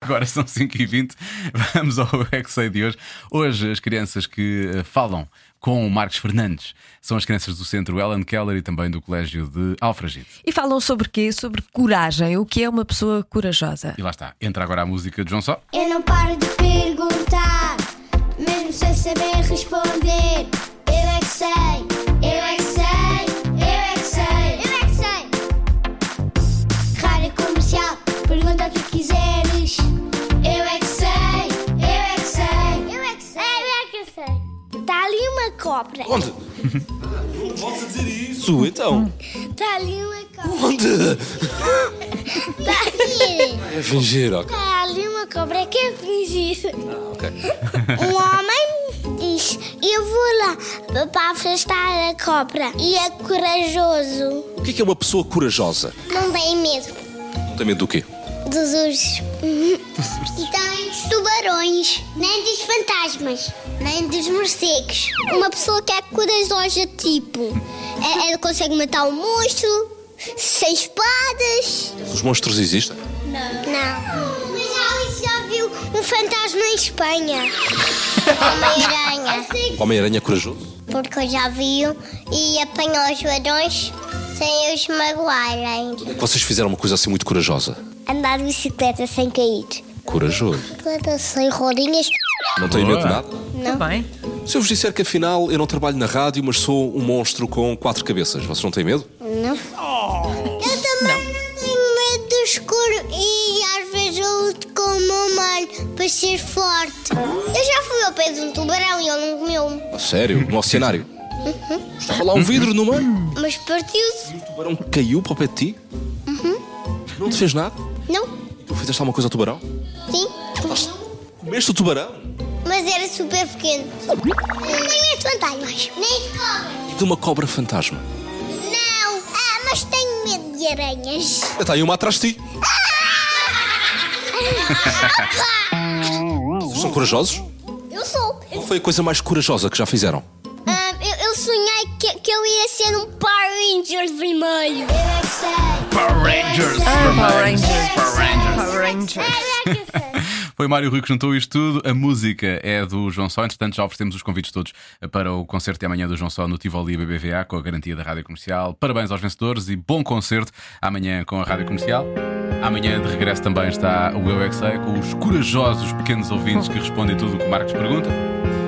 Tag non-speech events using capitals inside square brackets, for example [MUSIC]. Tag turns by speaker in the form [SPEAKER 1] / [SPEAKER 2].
[SPEAKER 1] Agora são 5h20, vamos ao [LAUGHS] Eu é que sei de hoje. Hoje as crianças que eh, falam com o Marcos Fernandes são as crianças do Centro Ellen Keller e também do Colégio de Alfragide.
[SPEAKER 2] E falam sobre quê? Sobre coragem. O que é uma pessoa corajosa?
[SPEAKER 1] E lá está, entra agora a música de João Só.
[SPEAKER 3] Eu não paro de perguntar, mesmo sem saber responder. Eu é que sei, eu é que sei, eu é que sei, eu é que sei. Rádio comercial, pergunta o que quiseres. Eu é que sei, eu é que sei, eu é que sei, eu é que sei. Está ali uma cobra,
[SPEAKER 4] Onde? Não posso dizer isso, então.
[SPEAKER 3] está tá ali uma cobra, [LAUGHS]
[SPEAKER 4] Onde?
[SPEAKER 3] está ali.
[SPEAKER 4] É fingir, ok.
[SPEAKER 3] Está ali uma cobra que é fingir.
[SPEAKER 4] Ok.
[SPEAKER 3] [LAUGHS] Um homem diz: Eu vou lá para afastar a cobra. E é corajoso.
[SPEAKER 4] O que é que é uma pessoa corajosa?
[SPEAKER 3] Não tem medo
[SPEAKER 4] Não tem medo do quê?
[SPEAKER 3] dos ursos. E também dos tubarões. Nem dos fantasmas. Nem dos morcegos. Uma pessoa que é corajosa, tipo, ela consegue matar um monstro sem espadas.
[SPEAKER 4] Os monstros existem?
[SPEAKER 3] Não. Mas Alice já viu um fantasma em Espanha. Uma aranha.
[SPEAKER 4] O Homem-Aranha é corajoso?
[SPEAKER 3] Porque eu já vi um e apanhou os ladrões sem os magoarem.
[SPEAKER 4] É que Vocês fizeram uma coisa assim muito corajosa.
[SPEAKER 3] Andar de bicicleta sem cair.
[SPEAKER 4] Corajoso.
[SPEAKER 3] Planta sem rodinhas.
[SPEAKER 4] Não tenho medo de nada?
[SPEAKER 2] Tudo bem.
[SPEAKER 4] Se eu vos disser que afinal eu não trabalho na rádio, mas sou um monstro com quatro cabeças, vocês não têm medo?
[SPEAKER 3] Eu também não, tenho medo do escuro e às vezes eu luto com o meu mano para ser forte. Eu já fui ao pé de um tubarão e ele não comeu-me.
[SPEAKER 4] A sério? No oceanário? Estava lá um vidro no meio.
[SPEAKER 3] Mas partiu-se.
[SPEAKER 4] E o tubarão caiu para o pé de ti? Não te fez nada?
[SPEAKER 3] Não?
[SPEAKER 4] E tu fizeste alguma coisa ao tubarão?
[SPEAKER 3] Sim?
[SPEAKER 4] Comeste o tubarão?
[SPEAKER 3] Mas era super pequeno. Nem medo de fantasmas. Nem de cobras.
[SPEAKER 4] E de uma cobra fantasma?
[SPEAKER 3] Não. Ah, mas tenho medo de aranhas.
[SPEAKER 4] Está aí uma atrás de ti. Vocês são corajosos?
[SPEAKER 3] Eu sou.
[SPEAKER 4] Qual foi a coisa mais corajosa que já fizeram?
[SPEAKER 3] Ah, eu, eu sonhei que, que eu ia ser um Power Ranger vermelho. Eu é que sei. é
[SPEAKER 1] Power Rangers!
[SPEAKER 2] Ah, Power Rangers.
[SPEAKER 1] Power Rangers!
[SPEAKER 2] Power Rangers.
[SPEAKER 3] Eu é que sei.
[SPEAKER 1] Foi Mário Rui que juntou isto tudo. A música é do João Só. Entretanto, já oferecemos os convites todos eh, para o concerto de amanhã do João Só no Tivoli BBVA com a garantia da Rádio Comercial. Parabéns aos vencedores e bom concerto amanhã com a Rádio Comercial. Amanhã de regresso também está o Eu é Que Sei, com os corajosos pequenos ouvintes que respondem tudo o que o Marcos pergunta.